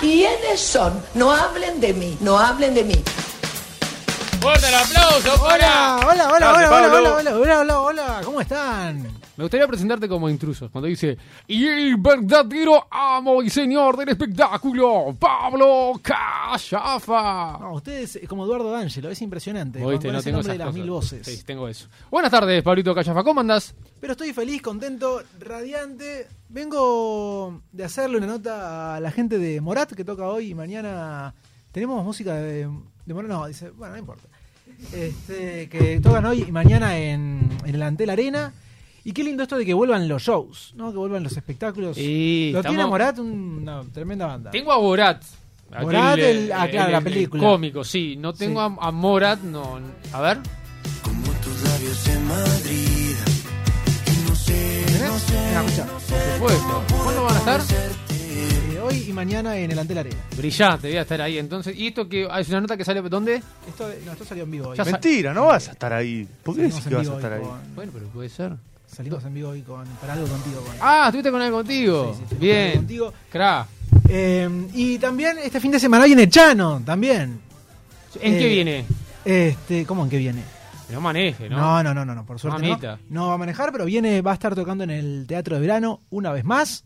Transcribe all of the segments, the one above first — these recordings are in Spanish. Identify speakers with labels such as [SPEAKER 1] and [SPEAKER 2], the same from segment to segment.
[SPEAKER 1] ¿Quiénes son? No hablen de mí, no hablen de mí.
[SPEAKER 2] ¡Fuerte el aplauso!
[SPEAKER 3] Hola, hola, hola, hola, hola, hola, hola, hola, hola, hola, ¿cómo están?
[SPEAKER 2] Me gustaría presentarte como intrusos, cuando dice Y el verdadero amo y señor del espectáculo, Pablo Callafa.
[SPEAKER 3] No, ustedes, eh, como Eduardo D'Angelo, es impresionante.
[SPEAKER 2] Oíste,
[SPEAKER 3] con
[SPEAKER 2] no
[SPEAKER 3] ese
[SPEAKER 2] tengo
[SPEAKER 3] nombre
[SPEAKER 2] esas
[SPEAKER 3] de las
[SPEAKER 2] cosas.
[SPEAKER 3] mil voces.
[SPEAKER 2] Sí, tengo eso. Buenas tardes, Pablito Callafa, ¿cómo andás?
[SPEAKER 3] Pero estoy feliz, contento, radiante. Vengo de hacerle una nota a la gente de Morat que toca hoy y mañana. Tenemos música de, de Morat. No, dice, bueno, no importa. Este, que tocan hoy y mañana en, en el Antel Arena. Y qué lindo esto de que vuelvan los shows, ¿no? Que vuelvan los espectáculos.
[SPEAKER 2] Y
[SPEAKER 3] Lo tiene
[SPEAKER 2] estamos-
[SPEAKER 3] a Morat, un- una tremenda banda.
[SPEAKER 2] Tengo a Borat.
[SPEAKER 3] Borat,
[SPEAKER 2] eh,
[SPEAKER 3] el- ah, claro, la película.
[SPEAKER 2] cómico, sí. No tengo
[SPEAKER 3] Sí.
[SPEAKER 2] A, a Morat, no. A ver.
[SPEAKER 3] ¿Tenés? Mira, escuchá.
[SPEAKER 2] Por supuesto. ¿Cuándo van a estar?
[SPEAKER 3] Eh, hoy y mañana en el Antel Arena.
[SPEAKER 2] Brillante, voy a estar ahí entonces. ¿Y esto que ah, es una nota que sale dónde?
[SPEAKER 3] Esto, no, esto salió en vivo hoy.
[SPEAKER 2] Ya sa-
[SPEAKER 4] Mentira, no vas a estar ahí. ¿Por qué decís
[SPEAKER 3] Salimos
[SPEAKER 4] que
[SPEAKER 3] en
[SPEAKER 4] vas a
[SPEAKER 3] vivo
[SPEAKER 4] estar
[SPEAKER 3] hoy
[SPEAKER 4] ahí?
[SPEAKER 3] con-
[SPEAKER 2] Bueno, pero puede ser.
[SPEAKER 3] Salimos en vivo hoy con, para algo contigo. con-
[SPEAKER 2] Ah, estuviste con él contigo.
[SPEAKER 3] Sí, sí, estuve
[SPEAKER 2] Bien.
[SPEAKER 3] contigo.
[SPEAKER 2] Cra.
[SPEAKER 3] Eh, y también este fin de semana viene Chano, también.
[SPEAKER 2] ¿En
[SPEAKER 3] Eh,
[SPEAKER 2] qué viene?
[SPEAKER 3] Este, ¿Cómo en qué viene?
[SPEAKER 2] No maneje, ¿no?
[SPEAKER 3] No, no, no, no, no, por suerte no.
[SPEAKER 2] Mamita.
[SPEAKER 3] No va a manejar, pero viene, va a estar tocando en el Teatro de Verano una vez más.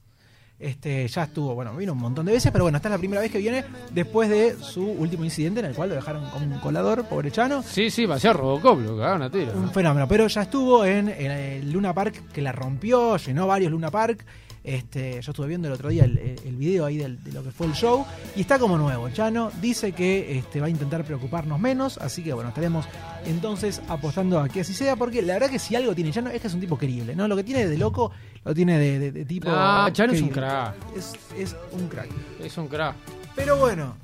[SPEAKER 3] Este, ya estuvo, bueno, vino un montón de veces, pero bueno, esta es la primera vez que viene después de su último incidente en el cual lo dejaron con un colador, pobre Chano.
[SPEAKER 2] Sí, sí, va a ser Robocop, lo cagaron a tiro.
[SPEAKER 3] Un
[SPEAKER 2] ¿no?
[SPEAKER 3] fenómeno, pero ya estuvo en, en el Luna Park que la rompió, llenó varios Luna Park. Este, yo estuve viendo el otro día el, el video ahí del- de lo que fue el show y está como nuevo. Chano dice que este, va a intentar preocuparnos menos, así que bueno, estaremos entonces apostando a que así sea, porque la verdad que si algo tiene Chano es que es un tipo querible, ¿no? Lo que tiene de loco lo tiene de, de- de tipo.
[SPEAKER 2] No, Chano es un
[SPEAKER 3] querible.
[SPEAKER 2] crack.
[SPEAKER 3] Es, es un crack.
[SPEAKER 2] Es un crack.
[SPEAKER 3] Pero bueno.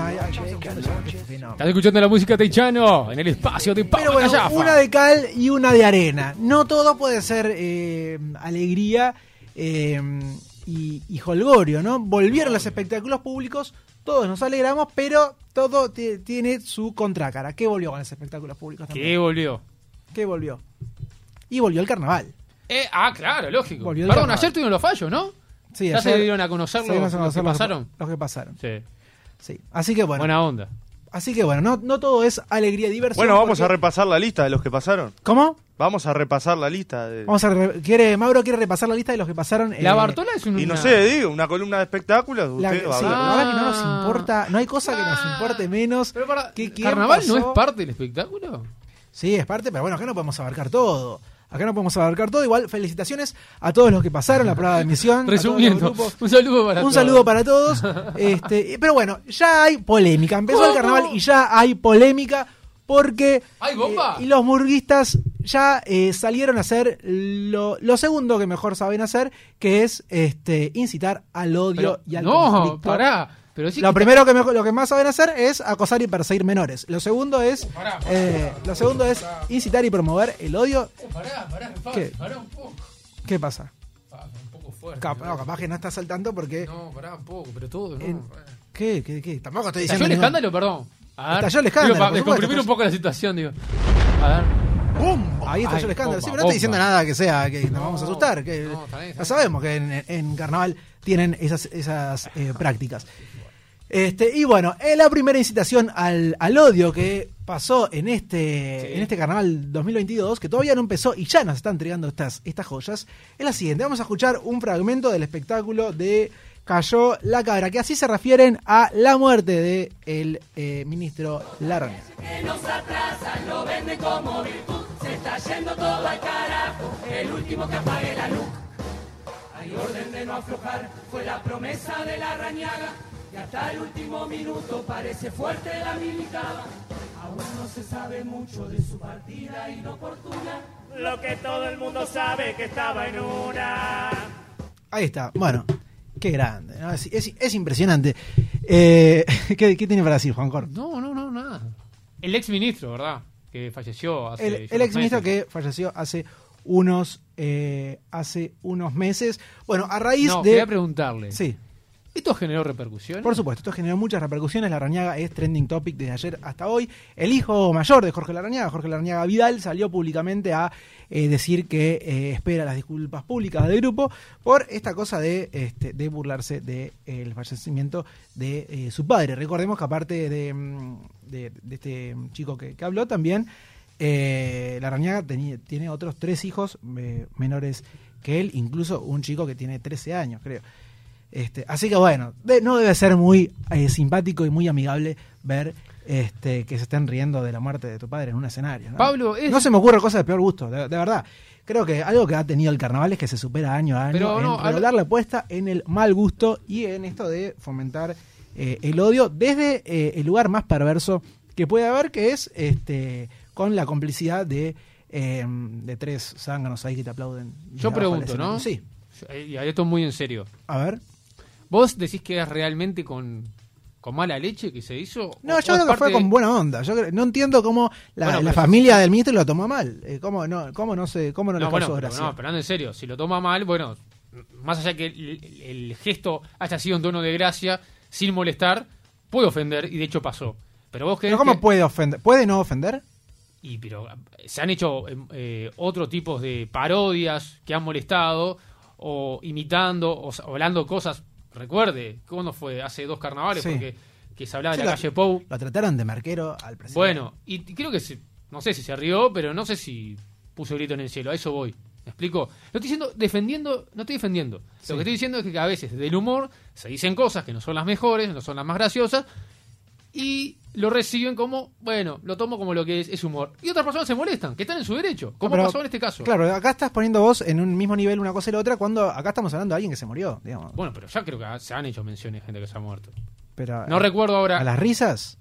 [SPEAKER 3] Ay, ay, ya me encanta, ya me fenómeno.
[SPEAKER 2] Estás escuchando la música de Chano en el espacio de Pablo
[SPEAKER 3] Pero bueno,
[SPEAKER 2] Callafa.
[SPEAKER 3] una de cal y una de arena. No todo puede ser eh, alegría eh, y, y holgorio, ¿no? Volvieron los espectáculos públicos, todos nos alegramos, pero todo ti- tiene su contracara. ¿Qué volvió con los espectáculos públicos
[SPEAKER 2] Que
[SPEAKER 3] también?
[SPEAKER 2] volvió.
[SPEAKER 3] ¿Qué volvió? Y volvió el carnaval.
[SPEAKER 2] Eh, ah, claro, lógico.
[SPEAKER 3] Volvió el
[SPEAKER 2] Perdón,
[SPEAKER 3] carnaval.
[SPEAKER 2] ayer tuvieron los fallos, ¿no?
[SPEAKER 3] Sí,
[SPEAKER 2] ya
[SPEAKER 3] ayer-
[SPEAKER 2] se dieron a conocer
[SPEAKER 3] se dieron
[SPEAKER 2] los,
[SPEAKER 3] a
[SPEAKER 2] los que
[SPEAKER 3] conocer los
[SPEAKER 2] pasaron.
[SPEAKER 3] Los que pasaron,
[SPEAKER 2] Sí.
[SPEAKER 3] sí. Así que bueno,
[SPEAKER 2] Buena onda.
[SPEAKER 3] así que bueno no, no todo es alegría y diversión.
[SPEAKER 4] Bueno, vamos
[SPEAKER 3] porque-
[SPEAKER 4] a repasar la lista de los que pasaron.
[SPEAKER 3] ¿Cómo?
[SPEAKER 4] Vamos a repasar la lista. De...
[SPEAKER 3] Vamos a re- quiere, Mauro quiere repasar la lista de los que pasaron.
[SPEAKER 2] La
[SPEAKER 3] eh,
[SPEAKER 2] Bartola es un.
[SPEAKER 4] Y no
[SPEAKER 2] una-
[SPEAKER 4] sé, digo, una columna de espectáculos.
[SPEAKER 3] La,
[SPEAKER 4] usted va a
[SPEAKER 3] sí,
[SPEAKER 4] ver.
[SPEAKER 3] la verdad que no nos
[SPEAKER 2] Ah.
[SPEAKER 3] importa, no hay cosa que nos
[SPEAKER 2] Ah.
[SPEAKER 3] importe menos.
[SPEAKER 2] Pero para-
[SPEAKER 3] que quién
[SPEAKER 2] ¿Carnaval no
[SPEAKER 3] pasó.
[SPEAKER 2] es parte del espectáculo?
[SPEAKER 3] Sí, es parte, pero bueno, acá no podemos abarcar todo. Acá no podemos abarcar todo. Igual, felicitaciones a todos los que pasaron la prueba de admisión. a todos los
[SPEAKER 2] Resumiendo,
[SPEAKER 3] grupos.
[SPEAKER 2] un saludo para
[SPEAKER 3] Un
[SPEAKER 2] todos.
[SPEAKER 3] saludo para todos. Este, pero bueno, ya hay polémica. Empezó el
[SPEAKER 2] ¿Cómo?
[SPEAKER 3] carnaval y ya hay polémica porque.
[SPEAKER 2] ¿Hay bomba?
[SPEAKER 3] eh, y los murguistas ya eh, salieron a hacer lo, lo segundo que mejor saben hacer, que es este, incitar al odio
[SPEAKER 2] Pero-
[SPEAKER 3] y al
[SPEAKER 2] no,
[SPEAKER 3] conflicto.
[SPEAKER 2] pará. Pero sí
[SPEAKER 3] lo
[SPEAKER 2] que-
[SPEAKER 3] primero que, mejor- lo que más saben hacer es acosar y perseguir menores. Lo segundo es
[SPEAKER 2] Pará, pará,
[SPEAKER 3] eh, lo segundo es incitar y promover el odio.
[SPEAKER 2] Pará, pará, Pablo,
[SPEAKER 3] ¿Qué?
[SPEAKER 2] pará un poco.
[SPEAKER 3] ¿Qué pasa?
[SPEAKER 2] Pablo, un poco fuerte.
[SPEAKER 3] Cap- no, capaz que no estás saltando porque
[SPEAKER 2] No, pará un poco, pero todo. No, Eh.
[SPEAKER 3] En-
[SPEAKER 2] pará.
[SPEAKER 3] ¿Qué? ¿Qué? ¿Qué? Tampoco estoy
[SPEAKER 2] ¿Estalló
[SPEAKER 3] diciendo
[SPEAKER 2] el
[SPEAKER 3] ningún-
[SPEAKER 2] escándalo? Perdón. A ver,
[SPEAKER 3] Estalló el escándalo,
[SPEAKER 2] digo, para
[SPEAKER 3] por supuesto,
[SPEAKER 2] descomprimir un
[SPEAKER 3] estalló-
[SPEAKER 2] poco la situación, digo. A ver. Ay,
[SPEAKER 3] Ahí estalló el escándalo.
[SPEAKER 2] bomba,
[SPEAKER 3] sí, pero no estoy diciendo
[SPEAKER 2] bomba.
[SPEAKER 3] nada que sea que nos
[SPEAKER 2] No,
[SPEAKER 3] vamos a asustar. Que
[SPEAKER 2] no, está bien, está bien.
[SPEAKER 3] ya sabemos que en, en carnaval tienen esas, esas eh, prácticas. Este, y bueno, eh, la primera incitación al, al odio que pasó en este,
[SPEAKER 2] Sí.
[SPEAKER 3] en este carnaval 2022, que todavía no empezó y ya nos están entregando estas, estas joyas, es la siguiente. Vamos a escuchar un fragmento del espectáculo de Cayó la Cabra, que así se refieren a la muerte del el eh, ministro Larrena.
[SPEAKER 5] Lo que todo el mundo sabe que estaba en una.
[SPEAKER 3] Ahí está. Bueno, Qué grande, ¿no? es, es- es impresionante. Eh, ¿qué, qué tiene para decir, Juan Cor?
[SPEAKER 2] No, no, no, nada. El ex ministro, ¿verdad? Que falleció hace.
[SPEAKER 3] El,
[SPEAKER 2] ya
[SPEAKER 3] el
[SPEAKER 2] unos
[SPEAKER 3] ex ministro
[SPEAKER 2] meses.
[SPEAKER 3] que falleció hace unos, eh, hace unos meses. Bueno, a raíz
[SPEAKER 2] No, quería
[SPEAKER 3] de.
[SPEAKER 2] preguntarle.
[SPEAKER 3] Sí.
[SPEAKER 2] ¿Esto generó repercusiones?
[SPEAKER 3] Por supuesto, esto generó muchas repercusiones. La Rañaga es trending topic desde ayer hasta hoy. El hijo mayor de Jorge Larrañaga, Jorge Larrañaga Vidal, salió públicamente a eh, decir que eh, espera las disculpas públicas del grupo por esta cosa de, este, de burlarse del fallecimiento de eh, su padre. Recordemos que aparte de, mm, de- de este chico que, que habló también, eh, Larrañaga tenía- tiene otros tres hijos eh, menores que él, incluso un chico que tiene 13 años, creo. Este, así que bueno, de- no debe ser muy eh, simpático y muy amigable ver este, que se estén riendo de la muerte de tu padre en un escenario. ¿no?
[SPEAKER 2] Pablo, es-
[SPEAKER 3] No se me ocurre cosa de peor gusto, de, de verdad. Creo que algo que ha tenido el carnaval es que se supera año a año
[SPEAKER 2] Pero
[SPEAKER 3] en
[SPEAKER 2] no,
[SPEAKER 3] redoblar
[SPEAKER 2] algo-
[SPEAKER 3] la apuesta, en el mal gusto y en esto de fomentar eh, el odio desde eh, el lugar más perverso que puede haber, que es este con la complicidad de, eh, de tres zánganos ahí que te
[SPEAKER 2] Yo
[SPEAKER 3] aplauden. desde abajo del
[SPEAKER 2] pregunto, ¿no?
[SPEAKER 3] escenario. Sí,
[SPEAKER 2] Yo- eh, Y esto es muy en serio.
[SPEAKER 3] a ver.
[SPEAKER 2] ¿Vos decís que es realmente con, con mala leche que se hizo?
[SPEAKER 3] No,
[SPEAKER 2] ¿O- o
[SPEAKER 3] yo
[SPEAKER 2] es
[SPEAKER 3] creo que fue
[SPEAKER 2] parte
[SPEAKER 3] con
[SPEAKER 2] de-
[SPEAKER 3] buena onda. Yo creo- no entiendo cómo la,
[SPEAKER 2] Bueno,
[SPEAKER 3] la
[SPEAKER 2] pero-
[SPEAKER 3] familia del ministro lo tomó mal. Eh, cómo no, cómo no se, cómo no,
[SPEAKER 2] No,
[SPEAKER 3] le
[SPEAKER 2] bueno,
[SPEAKER 3] causó
[SPEAKER 2] pero
[SPEAKER 3] gracia.
[SPEAKER 2] no, pero hablando en serio, si lo toma mal, bueno, más allá que el, el- el gesto haya sido en tono de gracia, sin molestar, puede ofender y de hecho pasó. Pero vos crees
[SPEAKER 3] Pero cómo
[SPEAKER 2] que-
[SPEAKER 3] puede ofender, puede no ofender.
[SPEAKER 2] Y pero se han hecho eh, eh, otro tipo de parodias que han molestado o imitando o, s- o hablando cosas. Recuerde, ¿cuándo fue? Hace dos carnavales
[SPEAKER 3] Sí.
[SPEAKER 2] porque que se hablaba
[SPEAKER 3] Sí,
[SPEAKER 2] de la
[SPEAKER 3] la-
[SPEAKER 2] calle Pou.
[SPEAKER 3] Lo trataron de marquero al presidente.
[SPEAKER 2] Bueno, y t- creo que se- no sé si se rió, pero no sé si puso grito en el cielo. A eso voy. ¿Me explico? Lo estoy diciendo defendiendo, no estoy defendiendo. Lo que estoy diciendo es que a veces del humor se dicen cosas que no son las mejores, no son las más graciosas, y lo reciben como, bueno, lo tomo como lo que es, es humor. Y otras personas se molestan, que están en su derecho, como
[SPEAKER 3] Ah, Pero-
[SPEAKER 2] pasó en este caso.
[SPEAKER 3] Claro, acá estás poniendo vos en un mismo nivel una cosa y la otra cuando acá estamos hablando de alguien que se murió, digamos.
[SPEAKER 2] Bueno, pero ya creo que ha- se han hecho menciones de gente que se ha muerto.
[SPEAKER 3] Pero,
[SPEAKER 2] No
[SPEAKER 3] eh,
[SPEAKER 2] recuerdo ahora.
[SPEAKER 3] ¿A las risas?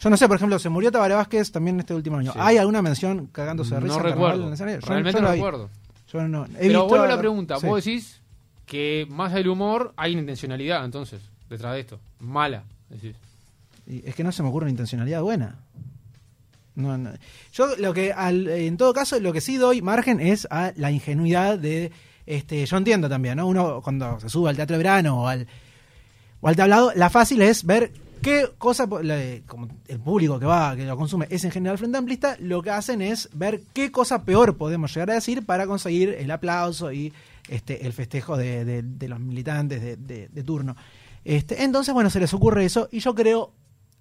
[SPEAKER 3] Yo no sé, por ejemplo, se murió Tabaré Vázquez también este último año.
[SPEAKER 2] Sí.
[SPEAKER 3] ¿Hay alguna mención cagándose de risa?
[SPEAKER 2] no
[SPEAKER 3] en Carnaval
[SPEAKER 2] recuerdo.
[SPEAKER 3] en escenario? Yo-
[SPEAKER 2] Realmente
[SPEAKER 3] yo
[SPEAKER 2] no
[SPEAKER 3] la vi.
[SPEAKER 2] recuerdo.
[SPEAKER 3] Yo no- he
[SPEAKER 2] Pero
[SPEAKER 3] visto-
[SPEAKER 2] vuelvo a la pregunta.
[SPEAKER 3] Sí.
[SPEAKER 2] Vos decís que más del humor hay intencionalidad, entonces, detrás de esto. Mala, decís.
[SPEAKER 3] Y Es que no se me ocurre una intencionalidad buena. No, no. Yo lo que, al- eh, en todo caso, lo que sí doy margen es a la ingenuidad de, este, yo entiendo también, ¿no? Uno cuando se sube al teatro de verano o al, o al tablado, la fácil es ver qué cosa, po- la- eh, como el público que va, que lo consume, es en general frente amplista, lo que hacen es ver qué cosa peor podemos llegar a decir para conseguir el aplauso y este, el festejo de, de- de los militantes de, de- de turno. Este, entonces, bueno, se les ocurre eso y yo creo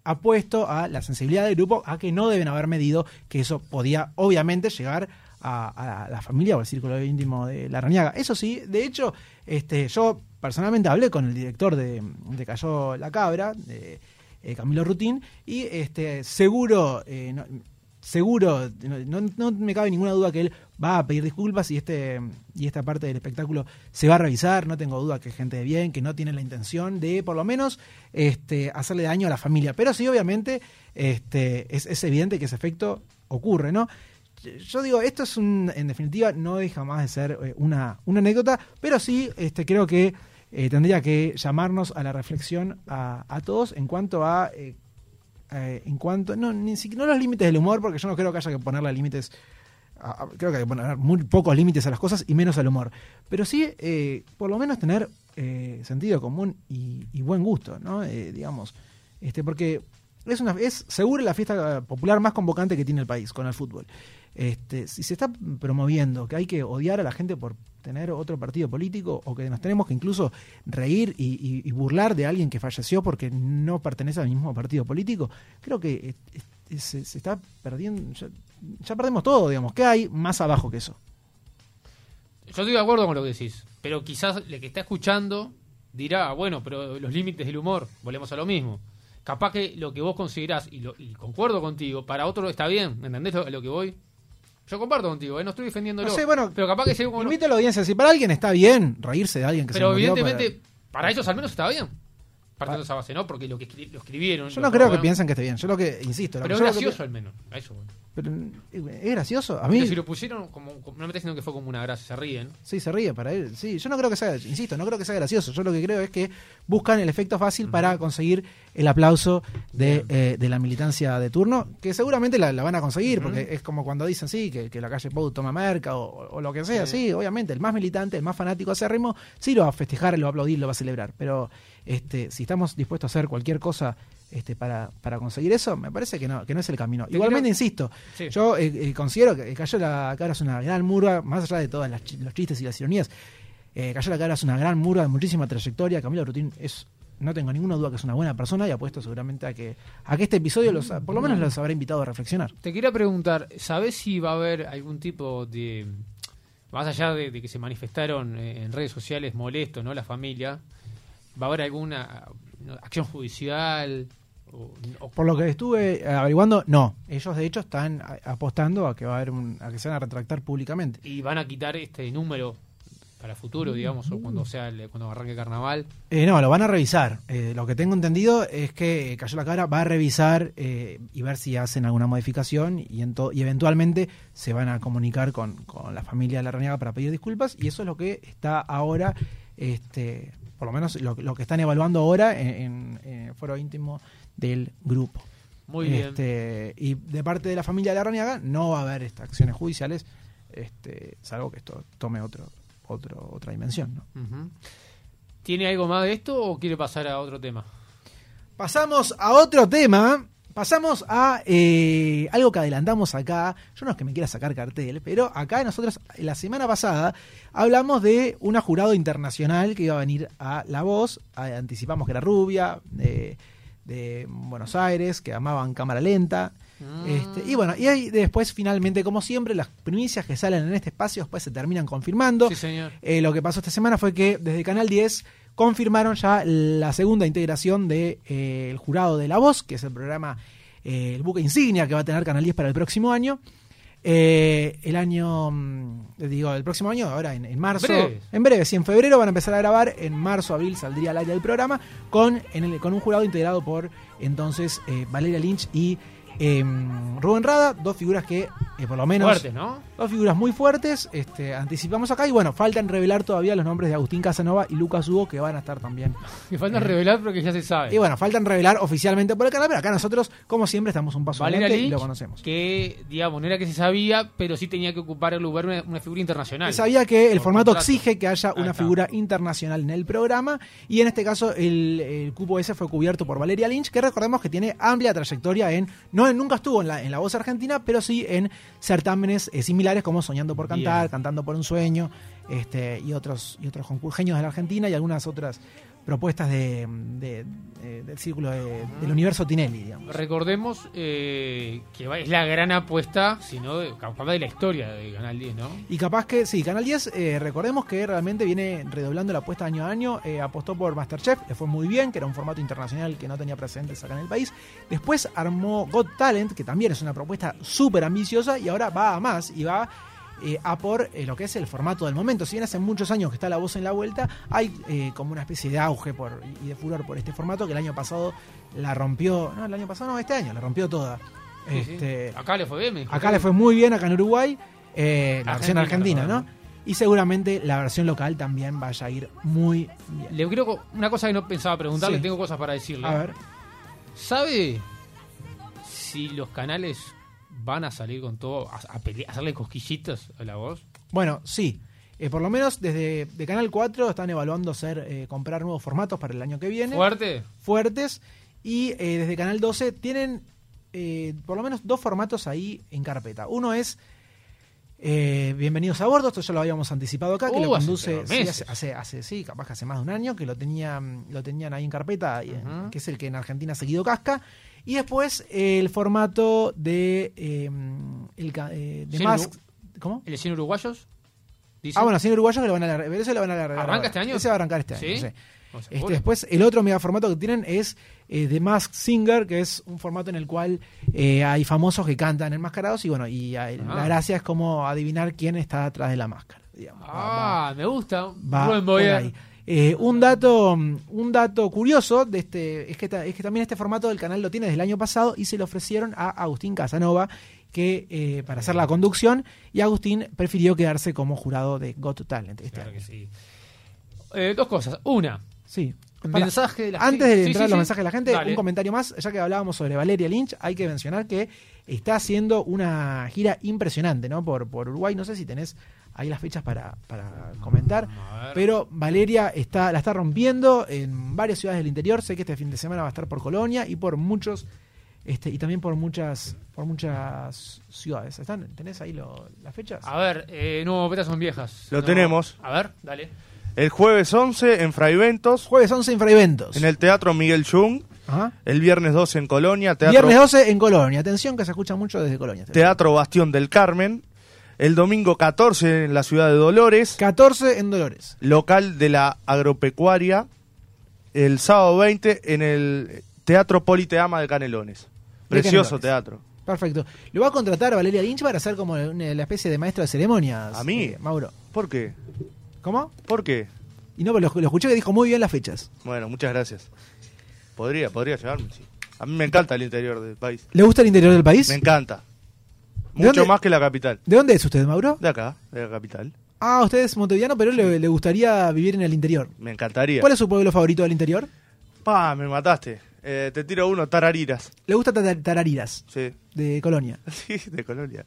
[SPEAKER 3] apuesto a la sensibilidad del grupo a que no deben haber medido que eso podía obviamente llegar a, a la familia o al círculo íntimo de la Rañaga. Eso sí, de hecho, este, yo personalmente hablé con el director de, de Cayó la Cabra, de, eh, Camilo Rutín, y este, seguro, eh, no- seguro, no, no- no me cabe ninguna duda que él va a pedir disculpas y, este, y esta parte del espectáculo se va a revisar, no tengo duda que es gente de bien, que no tiene la intención de por lo menos este, hacerle daño a la familia. Pero sí, obviamente, este, es, es evidente que ese efecto ocurre, ¿no? Yo digo, esto es un, en definitiva, no deja más de ser eh, una, una anécdota, pero sí este, creo que eh, tendría que llamarnos a la reflexión a, a todos en cuanto a eh, eh, en cuanto no ni siquiera no los límites del humor porque yo no creo que haya que ponerle límites a- a- creo que hay que poner muy pocos límites a las cosas y menos al humor pero sí eh, por lo menos tener eh, sentido común y, y buen gusto no Eh, digamos este porque es una es seguro la fiesta popular más convocante que tiene el país con el fútbol este si se está promoviendo que hay que odiar a la gente por tener otro partido político o que nos tenemos que incluso reír y, y- y burlar de alguien que falleció porque no pertenece al mismo partido político, creo que es- es- eh, se, se está perdiendo, ya, ya perdemos todo, digamos, ¿qué hay más abajo que eso?
[SPEAKER 2] Yo estoy de acuerdo con lo que decís, pero quizás el que está escuchando dirá, bueno, pero los límites del humor, volvemos a lo mismo. Capaz que lo que vos considerás, y, lo- y concuerdo contigo, para otro está bien, ¿me ¿entendés lo, lo que voy? Yo comparto contigo, ¿eh? no estoy defendiéndolo.
[SPEAKER 3] No sé, bueno,
[SPEAKER 2] pero capaz que se... bueno,
[SPEAKER 3] Invito a la audiencia, si para alguien está bien reírse de alguien que
[SPEAKER 2] pero
[SPEAKER 3] se murió,
[SPEAKER 2] evidentemente, para... ellos al menos está bien. Partiendo de esa base, ¿no? Porque lo que escri- lo escribieron.
[SPEAKER 3] Yo
[SPEAKER 2] lo
[SPEAKER 3] no creo que
[SPEAKER 2] roban,
[SPEAKER 3] piensen que esté bien. Yo lo que, insisto, lo
[SPEAKER 2] Pero es
[SPEAKER 3] que yo lo que
[SPEAKER 2] gracioso al menos. A eso voy.
[SPEAKER 3] pi- pero, eh, ¿Es gracioso? A
[SPEAKER 2] Pero
[SPEAKER 3] mí.
[SPEAKER 2] si lo pusieron, como, como- no me estás diciendo que fue como una gracia, se ríen.
[SPEAKER 3] Sí, se ríe para él. Sí, yo no creo que sea, insisto, no creo que sea gracioso. Yo lo que creo es que buscan el efecto fácil para conseguir el aplauso de, eh, de la militancia de turno, que seguramente la, la van a conseguir, porque es como cuando dicen, sí, que, que la calle Pou toma merca o, o lo que sea. Sí. obviamente, el más militante, el más fanático acérrimo, sí lo va a festejar, lo va a aplaudir, lo va a celebrar. Pero este, si estamos dispuestos a hacer cualquier cosa este, para, para conseguir eso, me parece que no, que no es el camino.
[SPEAKER 2] Te
[SPEAKER 3] Igualmente,
[SPEAKER 2] quiero-
[SPEAKER 3] insisto,
[SPEAKER 2] Sí.
[SPEAKER 3] yo eh, eh, considero que Cayó la Cabra es una gran murga, más allá de todos los chistes y las ironías. Eh, Cayó la Cabra es una gran murga de muchísima trayectoria. Camila Rutín es, no tengo ninguna duda que es una buena persona y apuesto seguramente a que, a que este episodio los, por lo menos los habrá invitado a reflexionar.
[SPEAKER 2] Te quería preguntar, ¿sabés si va a haber algún tipo de. Más allá de, de que se manifestaron eh, en redes sociales molestos, ¿no? La familia. ¿Va a haber alguna no, acción judicial? O, o-
[SPEAKER 3] Por lo que estuve eh, averiguando, no. Ellos de hecho están a- apostando a que va a haber un- a que se van a retractar públicamente.
[SPEAKER 2] ¿Y van a quitar este número para futuro, digamos, o cuando sea el- cuando arranque carnaval?
[SPEAKER 3] Eh, no, lo van a revisar. Eh, lo que tengo entendido es que eh, Cayó la Cara va a revisar eh, y ver si hacen alguna modificación y, ento- y eventualmente se van a comunicar con, con la familia de la Reñaga para pedir disculpas y eso es lo que está ahora, este, por lo menos lo, lo que están evaluando ahora en, en- en el foro íntimo del grupo.
[SPEAKER 2] Muy bien.
[SPEAKER 3] Este, Y de parte de la familia de la Reñaga no va a haber estas acciones judiciales, este, salvo que esto tome otro, otro, otra dimensión. ¿no?
[SPEAKER 2] Ujú. ¿Tiene algo más de esto o quiere pasar a otro tema?
[SPEAKER 3] Pasamos a otro tema. Pasamos a eh, algo que adelantamos acá. Yo no es que me quiera sacar cartel, pero acá nosotros la semana pasada hablamos de una jurado internacional que iba a venir a La Voz. Ah, Anticipamos que era rubia, de, de Buenos Aires, que amaban cámara lenta. Este, y bueno, y ahí después finalmente, como siempre, las primicias que salen en este espacio después se terminan confirmando.
[SPEAKER 2] Sí, señor.
[SPEAKER 3] Eh, lo que pasó esta semana fue que desde Canal 10 confirmaron ya la segunda integración del de, eh, el jurado de La Voz, que es el programa, eh, el buque insignia que va a tener Canal 10 para el próximo año. Eh, el año, mm, digo, el próximo año, ahora en, en marzo.
[SPEAKER 2] Breve.
[SPEAKER 3] En breve, sí, en febrero van a empezar a grabar, en marzo, abril saldría al aire del programa con, en el- con un jurado integrado por entonces eh, Valeria Lynch y eh, Rubén Rada, dos figuras que eh, por lo menos...
[SPEAKER 2] Fuerte, ¿no?
[SPEAKER 3] Dos figuras muy fuertes, este, anticipamos acá y bueno, faltan revelar todavía los nombres de Agustín Casanova y Lucas Hugo que van a estar también.
[SPEAKER 2] Me falta revelar porque ya se sabe.
[SPEAKER 3] Y bueno, faltan revelar oficialmente por el canal, pero acá nosotros, como siempre, estamos un paso
[SPEAKER 2] Valeria
[SPEAKER 3] adelante y
[SPEAKER 2] Lynch,
[SPEAKER 3] lo conocemos.
[SPEAKER 2] que, digamos, no era que se sabía, pero sí tenía que ocupar el lugar una, una figura internacional.
[SPEAKER 3] Se Sabía que el
[SPEAKER 2] Por
[SPEAKER 3] formato
[SPEAKER 2] contrato.
[SPEAKER 3] exige que haya
[SPEAKER 2] Ahí
[SPEAKER 3] una
[SPEAKER 2] está.
[SPEAKER 3] figura internacional en el programa y en este caso el, el cupo ese fue cubierto por Valeria Lynch, que recordemos que tiene amplia trayectoria en, no en- nunca estuvo en la, en la voz argentina, pero sí en certámenes eh, similares como Soñando por Cantar,
[SPEAKER 2] Bien.
[SPEAKER 3] Cantando por un Sueño este, y otros, y otros concursos genios de la Argentina y algunas otras propuestas de, de- eh, del círculo de- del universo Tinelli, digamos.
[SPEAKER 2] Recordemos eh, que va- es la gran apuesta, si no, de- capaz de la historia de Canal 10, ¿no?
[SPEAKER 3] Y capaz que, sí, Canal 10, eh, recordemos que realmente viene redoblando la apuesta año a año. eh, apostó por Masterchef, le fue muy bien, que era un formato internacional que no tenía precedentes acá en el país. Después armó Got Talent, que también es una propuesta súper ambiciosa, y ahora va a más y va eh, a por eh, lo que es el formato del momento. Si bien hace muchos años que está la voz en la vuelta, hay eh, como una especie de auge por, y de furor por este formato que el año pasado la rompió. No, el año pasado no, este año la rompió toda.
[SPEAKER 2] Sí, sí.
[SPEAKER 3] este,
[SPEAKER 2] Acá le fue bien, me dijo.
[SPEAKER 3] Acá le fue muy bien, acá en Uruguay, eh, la versión
[SPEAKER 2] Argentina,
[SPEAKER 3] argentina, ¿no? Y seguramente la versión local también vaya a ir muy bien.
[SPEAKER 2] Le creo que- una cosa que no pensaba preguntarle,
[SPEAKER 3] Sí.
[SPEAKER 2] tengo cosas para decirle.
[SPEAKER 3] A ver,
[SPEAKER 2] ¿Sabe si los canales van a salir con todo, a, a pele- a hacerle cosquillitas a la voz?
[SPEAKER 3] bueno, sí. Eh, por lo menos desde de Canal 4 están evaluando hacer, eh, comprar nuevos formatos para el año que viene.
[SPEAKER 2] ¿Fuerte?
[SPEAKER 3] fuertes. Y eh, desde Canal 12 tienen eh, por lo menos dos formatos ahí en carpeta. Uno es eh, Bienvenidos a bordo, esto ya lo habíamos anticipado acá, que
[SPEAKER 2] Uh,
[SPEAKER 3] lo
[SPEAKER 2] hace
[SPEAKER 3] conduce
[SPEAKER 2] pero
[SPEAKER 3] sí,
[SPEAKER 2] meses.
[SPEAKER 3] hace, hace- hace- sí, capaz que hace más de un año, que lo tenían, lo tenían ahí en carpeta, y, eh,
[SPEAKER 2] Ujú.
[SPEAKER 3] que es el que en Argentina ha seguido casca. Y después eh, el formato de, eh, el, ca- eh, de
[SPEAKER 2] Sí,
[SPEAKER 3] Mask- ¿Cómo?
[SPEAKER 2] ¿El de 100 uruguayos? Dice-
[SPEAKER 3] Ah, bueno, sin uruguayos que lo van a alargar. pero ese lo van a alargar
[SPEAKER 2] ¿Arranca
[SPEAKER 3] ahora.
[SPEAKER 2] este año?
[SPEAKER 3] Ese va a arrancar este año.
[SPEAKER 2] ¿Sí?
[SPEAKER 3] sí.
[SPEAKER 2] No se
[SPEAKER 3] Este,
[SPEAKER 2] apure.
[SPEAKER 3] después, el otro megaformato que tienen es eh, The Mask Singer, que es un formato en el cual eh, hay famosos que cantan enmascarados y bueno, y eh, la
[SPEAKER 2] Ah.
[SPEAKER 3] gracia es como adivinar quién está atrás de la máscara. digamos. Va- va-
[SPEAKER 2] Ah, me gusta.
[SPEAKER 3] va
[SPEAKER 2] Rubén
[SPEAKER 3] por
[SPEAKER 2] Boyer.
[SPEAKER 3] ahí. Eh, un, dato, mm, un dato curioso de este, es, que ta- es que también este formato del canal lo tiene desde el año pasado y se lo ofrecieron a Agustín Casanova que, eh, para hacer la conducción y Agustín prefirió quedarse como jurado de Got Talent este
[SPEAKER 2] Claro
[SPEAKER 3] año.
[SPEAKER 2] que sí. Eh, dos cosas. Una,
[SPEAKER 3] Sí. Pará.
[SPEAKER 2] mensaje de la
[SPEAKER 3] Antes
[SPEAKER 2] gente.
[SPEAKER 3] de
[SPEAKER 2] Sí,
[SPEAKER 3] entrar
[SPEAKER 2] sí,
[SPEAKER 3] a los
[SPEAKER 2] sí.
[SPEAKER 3] mensajes de la gente,
[SPEAKER 2] Dale.
[SPEAKER 3] un comentario más. Ya que hablábamos sobre Valeria Lynch, hay que mencionar que está haciendo una gira impresionante, ¿no? Por, por Uruguay. No sé si tenés ahí las fechas para, para comentar.
[SPEAKER 2] A ver.
[SPEAKER 3] Pero Valeria está, la está rompiendo en varias ciudades del interior. Sé que este fin de semana va a estar por Colonia y por muchos. Este, y también por muchas, por muchas ciudades. ¿Están, ¿Tenés ahí lo- las fechas?
[SPEAKER 2] A ver, eh, no, betas son viejas.
[SPEAKER 4] Lo
[SPEAKER 2] No.
[SPEAKER 4] tenemos.
[SPEAKER 2] A ver, dale.
[SPEAKER 4] El jueves 11 en Fraiventos,
[SPEAKER 3] Jueves 11 en Fraiventos.
[SPEAKER 4] en el Teatro Miguel Jung.
[SPEAKER 3] Ajá.
[SPEAKER 4] El viernes 12 en Colonia, Teatro,
[SPEAKER 3] Viernes 12 en Colonia. Atención que se escucha mucho desde Colonia.
[SPEAKER 4] Teatro Bastión del Carmen. El domingo 14 en la ciudad de Dolores,
[SPEAKER 3] 14 en Dolores.
[SPEAKER 4] local de la agropecuaria. El sábado 20 en el Teatro Politeama de Canelones. Precioso
[SPEAKER 3] Canelones.
[SPEAKER 4] teatro.
[SPEAKER 3] Perfecto. Lo va a contratar Valeria Lynch para ser como una- la especie de maestra de ceremonias.
[SPEAKER 4] ¿A mí?
[SPEAKER 3] eh, Mauro.
[SPEAKER 4] ¿Por qué?
[SPEAKER 3] ¿Cómo?
[SPEAKER 4] ¿Por qué?
[SPEAKER 3] Y no, pero lo, lo escuché que dijo muy bien las fechas.
[SPEAKER 4] Bueno, muchas gracias. Podría, podría llevarme, sí. A mí me encanta el interior del país.
[SPEAKER 3] ¿Le gusta el interior del país?
[SPEAKER 4] Me encanta.
[SPEAKER 3] ¿De
[SPEAKER 4] Mucho
[SPEAKER 3] dónde-
[SPEAKER 4] más que la capital.
[SPEAKER 3] ¿De dónde es usted, Mauro?
[SPEAKER 4] De acá, de la capital.
[SPEAKER 3] Ah, usted es montevideano, pero le, le gustaría vivir en el interior.
[SPEAKER 4] Me encantaría.
[SPEAKER 3] ¿Cuál es su pueblo favorito del interior?
[SPEAKER 4] Pa, me mataste. Eh, te tiro uno, Tarariras.
[SPEAKER 3] Le gusta Tata- Tarariras,
[SPEAKER 4] Sí.
[SPEAKER 3] de Colonia.
[SPEAKER 4] Sí, de Colonia.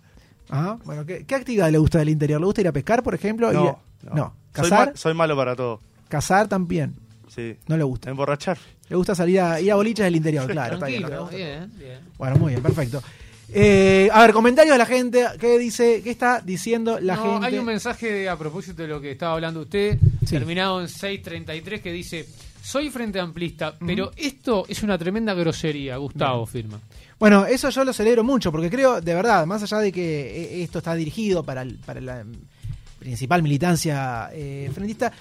[SPEAKER 3] Ajá. Bueno, ¿qué, qué actividad le gusta del interior? ¿Le gusta ir a pescar, por ejemplo? Ir a-
[SPEAKER 4] Soy,
[SPEAKER 3] ¿Cazar?
[SPEAKER 4] ma- soy malo para todo.
[SPEAKER 3] Cazar también.
[SPEAKER 4] Sí.
[SPEAKER 3] No le gusta.
[SPEAKER 4] Emborrachar.
[SPEAKER 3] Le gusta salir a ir a bolichas del interior, claro. está bien,
[SPEAKER 2] Tranquilo,
[SPEAKER 3] lo que le gusta.
[SPEAKER 2] bien, bien.
[SPEAKER 3] Bueno, muy bien, perfecto. Eh, a ver, comentarios de la gente. ¿Qué dice? ¿Qué está diciendo la
[SPEAKER 2] No,
[SPEAKER 3] gente?
[SPEAKER 2] Hay un mensaje de- a propósito de lo que estaba hablando usted,
[SPEAKER 3] Sí.
[SPEAKER 2] terminado en 633, que dice: Soy frente amplista, pero esto es una tremenda grosería, Gustavo firma.
[SPEAKER 3] Bueno, eso yo lo celebro mucho, porque creo, de verdad, más allá de que eh, esto está dirigido para, el- para la mm, principal militancia eh, frentista,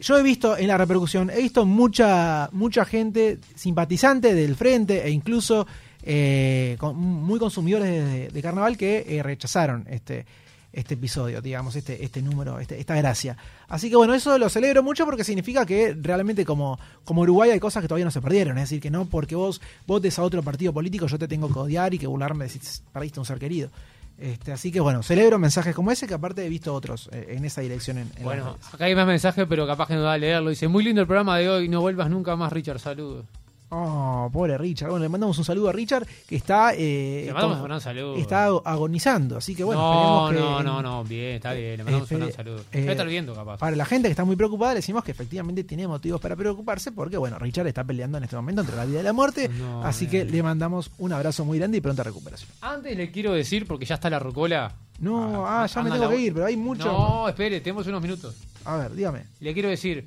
[SPEAKER 3] yo he visto en la repercusión, he visto mucha, mucha gente simpatizante del frente e incluso eh, con- muy consumidores de, de carnaval que eh, rechazaron este este episodio, digamos, este, este número, este- esta gracia. Así que bueno, eso lo celebro mucho porque significa que realmente como, como Uruguay hay cosas que todavía no se perdieron. Es decir, que no porque vos votes a otro partido político yo te tengo que odiar y que burlarme de si perdiste un ser querido. Este, así que bueno, celebro mensajes como ese que aparte he visto otros eh, en esa dirección. En, en las
[SPEAKER 2] Bueno,
[SPEAKER 3] redes.
[SPEAKER 2] acá hay más mensajes, pero capaz que no da a leerlo. Dice: Muy lindo el programa de hoy, no vuelvas nunca más, Richard. Saludos.
[SPEAKER 3] Oh, pobre Richard. Bueno, le mandamos un saludo a Richard que está... eh,
[SPEAKER 2] Le mandamos
[SPEAKER 3] como-
[SPEAKER 2] un gran saludo.
[SPEAKER 3] Está agonizando, así que bueno,
[SPEAKER 2] no,
[SPEAKER 3] esperemos
[SPEAKER 2] no,
[SPEAKER 3] que-
[SPEAKER 2] no, no, bien, está bien. Le mandamos un
[SPEAKER 3] Espe-
[SPEAKER 2] gran saludo.
[SPEAKER 3] eh,
[SPEAKER 2] Ya está viendo, capaz.
[SPEAKER 3] Para la gente que está muy preocupada, le decimos que efectivamente tiene motivos para preocuparse porque, bueno, Richard está peleando en este momento entre la vida y la muerte.
[SPEAKER 2] No,
[SPEAKER 3] así
[SPEAKER 2] bien.
[SPEAKER 3] que le mandamos un abrazo muy grande y pronta recuperación.
[SPEAKER 2] Antes le quiero decir, porque ya está la rocola.
[SPEAKER 3] No, ah, ya me
[SPEAKER 2] anda
[SPEAKER 3] tengo
[SPEAKER 2] la-
[SPEAKER 3] que ir, pero hay mucho.
[SPEAKER 2] No, espere, tenemos unos minutos.
[SPEAKER 3] A ver, dígame.
[SPEAKER 2] Le quiero decir,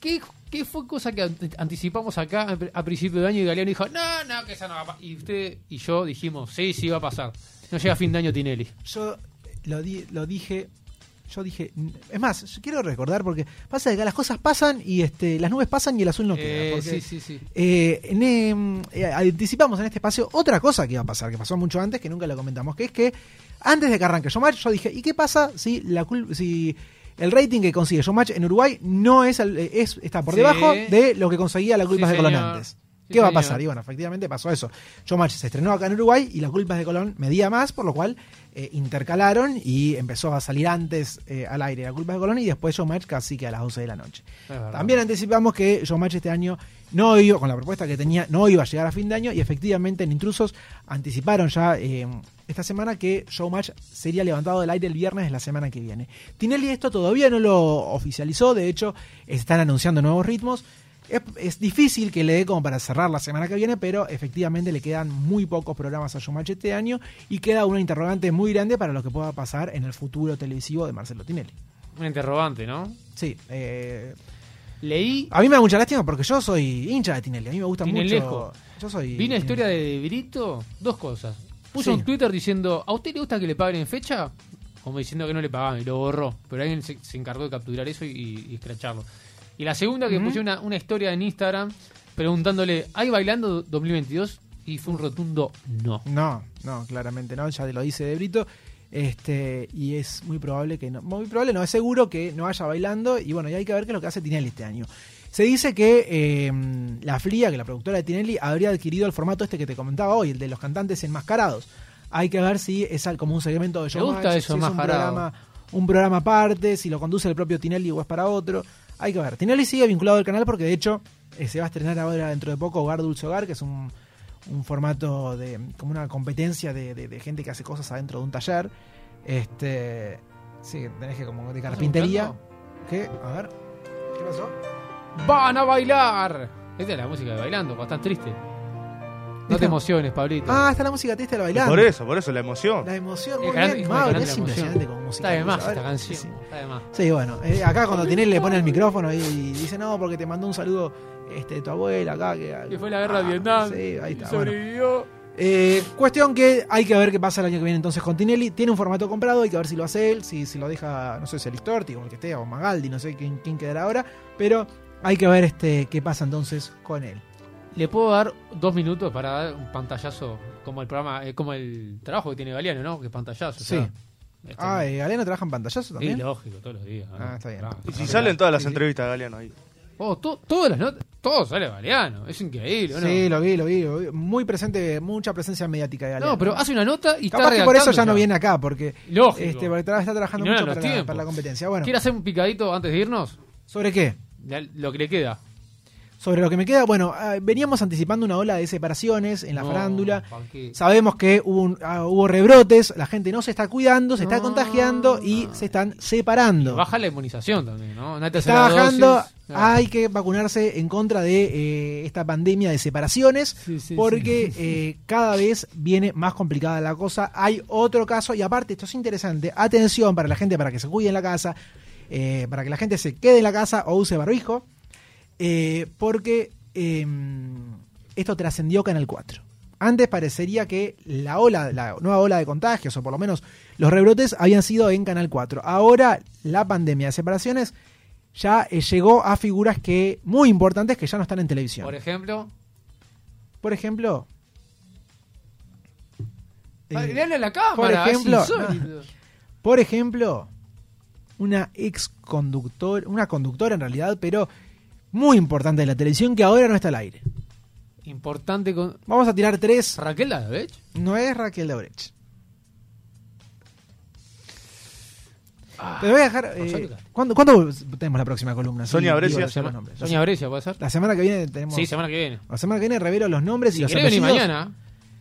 [SPEAKER 2] ¿qué, qué fue cosa que ant- anticipamos acá a, pr- a principio de año y Galeano dijo, no, no, que esa no va a pasar? Y usted y yo dijimos, sí, sí va a pasar. No llega fin de año Tinelli.
[SPEAKER 3] Yo eh, lo, di- lo dije. Yo dije. Es más, yo quiero recordar porque pasa que acá las cosas pasan y este, las nubes pasan y el azul no queda.
[SPEAKER 2] Eh, sí,
[SPEAKER 3] porque-
[SPEAKER 2] sí, sí.
[SPEAKER 3] Eh, en, em, eh, anticipamos en este espacio otra cosa que iba a pasar, que pasó mucho antes, que nunca lo comentamos, que es que antes de que arranque Showmatch, yo dije, ¿y qué pasa si la cul- si el rating que consigue Showmatch en Uruguay no es, al- eh, es está por
[SPEAKER 2] Sí.
[SPEAKER 3] debajo de lo que conseguía la culpa
[SPEAKER 2] Sí,
[SPEAKER 3] de Colón
[SPEAKER 2] señor.
[SPEAKER 3] antes?
[SPEAKER 2] Sí,
[SPEAKER 3] ¿Qué va a
[SPEAKER 2] señor.
[SPEAKER 3] pasar? Y bueno, efectivamente pasó eso. Showmatch se estrenó acá en Uruguay y la culpa de Colón medía más, por lo cual eh, intercalaron y empezó a salir antes eh, al aire la culpa de Colón y después Showmatch casi que a las 11 de la noche.
[SPEAKER 2] verdad.
[SPEAKER 3] También anticipamos que Showmatch este año no iba, con la propuesta que tenía, no iba a llegar a fin de año y efectivamente en Intrusos anticiparon ya eh, esta semana que Showmatch sería levantado del aire el viernes de la semana que viene. Tinelli esto todavía no lo oficializó, de hecho están anunciando nuevos ritmos. Es, es difícil que le dé como para cerrar la semana que viene, pero efectivamente le quedan muy pocos programas a Showmatch este año y queda una interrogante muy grande para lo que pueda pasar en el futuro televisivo de Marcelo Tinelli.
[SPEAKER 2] Un interrogante, ¿no?
[SPEAKER 3] Sí, eh,
[SPEAKER 2] Leí,
[SPEAKER 3] a mí me da mucha lástima porque yo soy hincha de Tinelli. A mí me gusta
[SPEAKER 2] Tinelejo.
[SPEAKER 3] mucho. Yo soy.
[SPEAKER 2] vi una historia de Brito, dos cosas. Puso
[SPEAKER 3] Sí.
[SPEAKER 2] un Twitter diciendo, ¿a usted le gusta que le paguen en fecha? Como diciendo que no le pagaban y lo borró. Pero alguien se, se encargó de capturar eso y, y- y escracharlo. Y la segunda que puse una, una historia en Instagram preguntándole, ¿hay bailando 2022? Y fue un rotundo no.
[SPEAKER 3] No, no, claramente no. Ya lo dice De Brito. Este, y es muy probable que no, muy probable no, es seguro que no vaya bailando. Y bueno, y hay que ver qué es lo que hace Tinelli este año. Se dice que eh, la Fría, que la productora de Tinelli, habría adquirido el formato este que te comentaba hoy, el de los cantantes enmascarados. Hay que ver si es al- como un segmento de
[SPEAKER 2] Me gusta
[SPEAKER 3] Showmatch,
[SPEAKER 2] eso,
[SPEAKER 3] si es un
[SPEAKER 2] enmascarado.
[SPEAKER 3] programa, un programa aparte, si lo conduce el propio Tinelli o es para otro. Hay que ver. Tinelli sigue vinculado al canal porque de hecho eh, se va a estrenar ahora dentro de poco Hogar Dulce Hogar, que es un, un formato de como una competencia de, de- de gente que hace cosas adentro de un taller. Este, sí, tenés que como de carpintería. ¿Qué? A ver. ¿Qué pasó?
[SPEAKER 2] ¡Van a bailar! Esta es la música de bailando, bastante triste. No te
[SPEAKER 3] Esta-
[SPEAKER 2] emociones, Pablito.
[SPEAKER 3] Ah, está la música triste de la bailando.
[SPEAKER 4] Por eso, por eso la emoción.
[SPEAKER 3] La emoción,
[SPEAKER 2] Es
[SPEAKER 3] muy
[SPEAKER 2] grande-
[SPEAKER 3] bien.
[SPEAKER 2] es
[SPEAKER 3] Mauro,
[SPEAKER 2] grande
[SPEAKER 3] es
[SPEAKER 2] la emoción.
[SPEAKER 3] impresionante como música.
[SPEAKER 2] Está de más esta
[SPEAKER 3] Sí,
[SPEAKER 2] canción.
[SPEAKER 3] sí.
[SPEAKER 2] Está de más.
[SPEAKER 3] Sí, bueno, eh, acá cuando Tinelli le pone el micrófono y, y dice, no, porque te mandó un saludo este, tu abuela acá. Que, Ah,
[SPEAKER 2] Que fue la guerra de Vietnam.
[SPEAKER 3] Sí, ahí está.
[SPEAKER 2] Y
[SPEAKER 3] bueno.
[SPEAKER 2] sobrevivió.
[SPEAKER 3] Eh, cuestión que hay que ver qué pasa el año que viene entonces con Tinelli. Tiene un formato comprado, hay que ver si lo hace él, si, si lo deja, no sé, si Listorti o el que esté, o Magaldi, no sé quién, quién quedará ahora, pero hay que ver este qué pasa entonces con él.
[SPEAKER 2] ¿Le puedo dar dos minutos para dar un pantallazo como el programa, eh, como el trabajo que tiene Galeano, ¿no? Que es pantallazo. o sea,
[SPEAKER 3] Sí.
[SPEAKER 2] este,
[SPEAKER 3] Ah, eh, Galeno trabaja en pantallazo
[SPEAKER 2] sí,
[SPEAKER 3] también.
[SPEAKER 2] lógico, todos los días. ¿no?
[SPEAKER 3] Ah, está bien.
[SPEAKER 2] Trabaja,
[SPEAKER 4] Y si
[SPEAKER 2] trabaja.
[SPEAKER 4] salen todas las
[SPEAKER 3] Sí, sí.
[SPEAKER 4] entrevistas de Galeano ahí.
[SPEAKER 2] Oh, to- todas las notas, todo sale Galeano. Es increíble, ¿o ¿no?
[SPEAKER 3] Sí, lo vi, lo vi, lo vi. Muy presente, mucha presencia mediática de Galeno.
[SPEAKER 2] no, pero hace una nota y
[SPEAKER 3] Capaz
[SPEAKER 2] está
[SPEAKER 3] que por eso
[SPEAKER 2] redactando
[SPEAKER 3] ya no viene acá, porque,
[SPEAKER 2] Lógico.
[SPEAKER 3] este, porque tra- está trabajando
[SPEAKER 2] Y no
[SPEAKER 3] mucho
[SPEAKER 2] eran los
[SPEAKER 3] para la,
[SPEAKER 2] tiempos.
[SPEAKER 3] para la competencia. Bueno,
[SPEAKER 2] ¿Quiere hacer un picadito antes de irnos?
[SPEAKER 3] ¿sobre qué?
[SPEAKER 2] La- Lo que le queda.
[SPEAKER 3] Sobre lo que me queda, bueno, ah, veníamos anticipando una ola de separaciones en la
[SPEAKER 2] No,
[SPEAKER 3] farándula.
[SPEAKER 2] ¿para qué?
[SPEAKER 3] Sabemos que hubo, un- ah, hubo rebrotes, la gente no se está cuidando, se está
[SPEAKER 2] No.
[SPEAKER 3] contagiando y se están separando.
[SPEAKER 2] Baja la inmunización también, ¿no? Nadie te hace
[SPEAKER 3] Está
[SPEAKER 2] la
[SPEAKER 3] bajando,
[SPEAKER 2] dosis. Ah.
[SPEAKER 3] hay que vacunarse en contra de eh, esta pandemia de separaciones,
[SPEAKER 2] Sí, sí,
[SPEAKER 3] porque eh, cada vez viene más complicada la cosa. Hay otro caso, y aparte, esto es interesante, atención para la gente, para que se cuide en la casa, eh, para que la gente se quede en la casa o use barbijo, eh, porque eh, esto trascendió Canal 4. Antes parecería que la ola, la nueva ola de contagios, o por lo menos los rebrotes, habían sido en Canal 4. Ahora la pandemia de separaciones ya eh, llegó a figuras que muy importantes que ya no están en televisión.
[SPEAKER 2] Por e- ejemplo.
[SPEAKER 3] Por ejemplo.
[SPEAKER 2] Ah,
[SPEAKER 3] eh,
[SPEAKER 2] le habla a la cámara. es
[SPEAKER 3] ejemplo,
[SPEAKER 2] insólito.
[SPEAKER 3] por ejemplo, una ex conductor, una conductora en realidad, pero muy importante de la televisión que ahora no está al aire.
[SPEAKER 2] Importante con.
[SPEAKER 3] Vamos a tirar tres.
[SPEAKER 2] Raquel Ladovich.
[SPEAKER 3] No es Raquel Dobrecht.
[SPEAKER 4] Ah,
[SPEAKER 3] Te voy a dejar. eh,
[SPEAKER 2] Gonzalo.
[SPEAKER 3] ¿cuándo, cuándo tenemos la próxima columna? Sí,
[SPEAKER 4] Sonia
[SPEAKER 3] digo
[SPEAKER 4] Brescia.
[SPEAKER 3] los nombres.
[SPEAKER 2] Sonia Brescia, ¿puede ser?
[SPEAKER 3] La semana que viene tenemos.
[SPEAKER 2] Sí, semana que viene.
[SPEAKER 3] La semana que viene revelo los nombres y
[SPEAKER 2] Si
[SPEAKER 3] los
[SPEAKER 2] querés venir
[SPEAKER 3] apellidos.
[SPEAKER 2] mañana.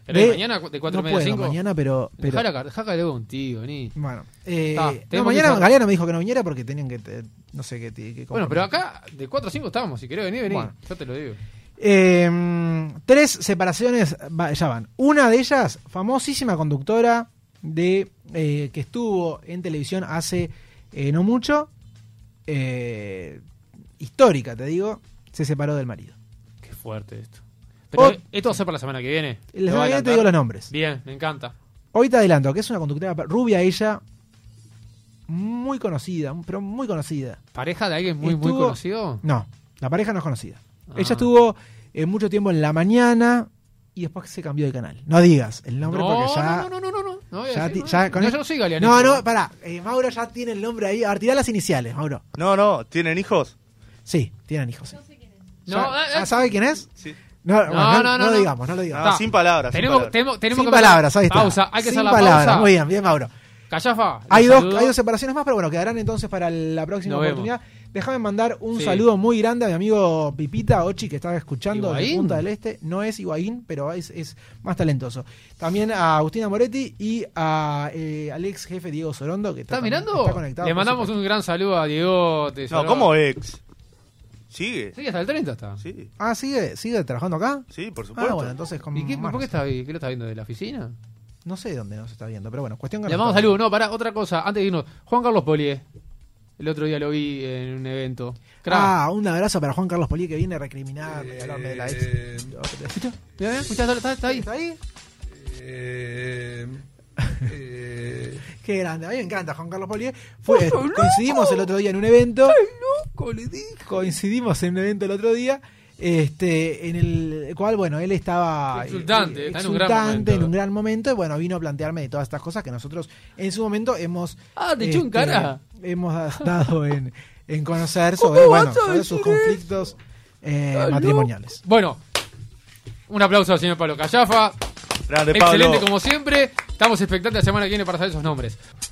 [SPEAKER 2] ¿Querés
[SPEAKER 3] de-
[SPEAKER 2] venir mañana de 4
[SPEAKER 3] no
[SPEAKER 2] y media a
[SPEAKER 3] puedo
[SPEAKER 2] 5?
[SPEAKER 3] mañana, pero... pero
[SPEAKER 2] Dejá la- dejá que le haga un tío, ni.
[SPEAKER 3] bueno, eh,
[SPEAKER 2] Está,
[SPEAKER 3] no,
[SPEAKER 2] tenemos que
[SPEAKER 3] mañana
[SPEAKER 2] ser-
[SPEAKER 3] Galeano me dijo que no viniera porque tenían que... te- no sé qué... te- qué
[SPEAKER 2] Bueno,
[SPEAKER 3] compromiso.
[SPEAKER 2] pero acá de 4 a 5 estamos. Si querés venir, vení.
[SPEAKER 3] Bueno.
[SPEAKER 2] Yo te lo digo.
[SPEAKER 3] Eh, tres separaciones va- ya van. Una de ellas, famosísima conductora de eh, que estuvo en televisión hace eh, no mucho, eh, histórica, te digo, se separó del marido.
[SPEAKER 2] Qué fuerte esto. Pero
[SPEAKER 3] Ot-
[SPEAKER 2] eh, esto va a ser para la semana que viene. Lo voy
[SPEAKER 3] La
[SPEAKER 2] a
[SPEAKER 3] semana que viene te
[SPEAKER 2] adelantar.
[SPEAKER 3] digo los nombres.
[SPEAKER 2] Bien, me encanta.
[SPEAKER 3] Hoy te adelanto que es una conductora rubia ella, muy conocida, pero muy conocida.
[SPEAKER 2] Pareja de alguien muy, muy
[SPEAKER 3] Estuvo-
[SPEAKER 2] conocido.
[SPEAKER 3] No, la pareja no es conocida.
[SPEAKER 2] Ah.
[SPEAKER 3] Ella estuvo eh, mucho tiempo en la mañana y después se cambió de canal. No digas el nombre porque ya...
[SPEAKER 2] no, no, no, no, no, no. voy a
[SPEAKER 3] Ya
[SPEAKER 2] decir,
[SPEAKER 3] ti-
[SPEAKER 2] no,
[SPEAKER 3] ya
[SPEAKER 2] no,
[SPEAKER 3] con
[SPEAKER 2] no,
[SPEAKER 3] el-
[SPEAKER 2] yo no soy galeano.
[SPEAKER 3] No, no, pará. Eh, Mauro ya tiene el nombre ahí. A ver, tirá las iniciales, Mauro.
[SPEAKER 4] No, no, ¿tienen hijos?
[SPEAKER 3] Sí, tienen hijos. sí.
[SPEAKER 2] No,
[SPEAKER 3] Ya-
[SPEAKER 2] eh,
[SPEAKER 3] ¿ya
[SPEAKER 2] eh,
[SPEAKER 3] ¿Sabe quién es?
[SPEAKER 4] Sí.
[SPEAKER 3] No, bueno, no, no, lo
[SPEAKER 2] no.
[SPEAKER 3] digamos, no lo digamos.
[SPEAKER 4] Ah,
[SPEAKER 2] Está.
[SPEAKER 4] sin palabras. sin
[SPEAKER 2] tenemos,
[SPEAKER 4] palabras.
[SPEAKER 2] tenemos, tenemos
[SPEAKER 3] Sin
[SPEAKER 2] que
[SPEAKER 3] palabras, ahí está.
[SPEAKER 2] Pausa, hay que
[SPEAKER 3] Sin
[SPEAKER 2] hacer la
[SPEAKER 3] palabras.
[SPEAKER 2] pausa.
[SPEAKER 3] Muy bien, bien, Mauro.
[SPEAKER 2] Callafa.
[SPEAKER 3] Hay
[SPEAKER 2] los
[SPEAKER 3] dos,
[SPEAKER 2] saludo.
[SPEAKER 3] hay dos separaciones más, pero bueno, quedarán entonces para la próxima
[SPEAKER 2] Nos vemos.
[SPEAKER 3] oportunidad. Déjame mandar un
[SPEAKER 2] Sí.
[SPEAKER 3] saludo muy grande a mi amigo Pipita Ochi, que estaba escuchando de
[SPEAKER 2] ¿Higuaín?
[SPEAKER 3] Punta del Este. No es Higuaín, pero es, es más talentoso. También a Agustina Moretti y a, eh, al ex jefe Diego Sorondo, que está,
[SPEAKER 2] ¿Está
[SPEAKER 3] también-
[SPEAKER 2] mirando?
[SPEAKER 3] está conectado.
[SPEAKER 2] Le
[SPEAKER 3] por
[SPEAKER 2] mandamos
[SPEAKER 3] supuesto.
[SPEAKER 2] un gran saludo a Diego.
[SPEAKER 4] No, ¿cómo ex? ¿Sigue?
[SPEAKER 2] Sí, hasta el 30 está.
[SPEAKER 4] Sí,
[SPEAKER 3] Ah, ¿sigue, sigue trabajando acá?
[SPEAKER 4] sí, por
[SPEAKER 3] Ah,
[SPEAKER 4] supuesto.
[SPEAKER 3] bueno, entonces con
[SPEAKER 2] ¿Y qué,
[SPEAKER 3] más
[SPEAKER 2] por qué está
[SPEAKER 3] razón.
[SPEAKER 2] ahí? ¿Qué lo está viendo? ¿De la oficina?
[SPEAKER 3] No sé dónde nos está viendo, pero bueno, cuestión que
[SPEAKER 2] Le
[SPEAKER 3] nos
[SPEAKER 2] mandamos
[SPEAKER 3] toca.
[SPEAKER 2] saludos. No, para otra cosa. Antes de irnos, Juan Carlos Polié. El otro día lo vi en un evento. Crack. Eh,
[SPEAKER 3] Ah, un abrazo para Juan Carlos Poli que viene a recriminarme y hablarme de la ex. ¿Escuchá?
[SPEAKER 2] Mirá, mirá, escuchá, está, está ahí.
[SPEAKER 3] ¿Está ahí? Eh, Qué grande, a mí me encanta Juan Carlos Polié. Fue, coincidimos el otro día en un evento. loco, le dije. Coincidimos en un evento el otro día. Este, en el cual, bueno, él estaba
[SPEAKER 2] Exultante,
[SPEAKER 3] eh,
[SPEAKER 2] está en un gran momento.
[SPEAKER 3] en un gran momento, y bueno, vino a plantearme de todas estas cosas que nosotros en su momento hemos este,
[SPEAKER 2] Ah, te echó en cara.
[SPEAKER 3] hemos dado en, en conocer sobre, bueno, sobre sus conflictos eh, matrimoniales.
[SPEAKER 2] Bueno, un aplauso al señor Pablo Callafa.
[SPEAKER 4] Grande, Pablo.
[SPEAKER 2] Excelente como siempre. Estamos expectantes la semana que viene para saber esos nombres.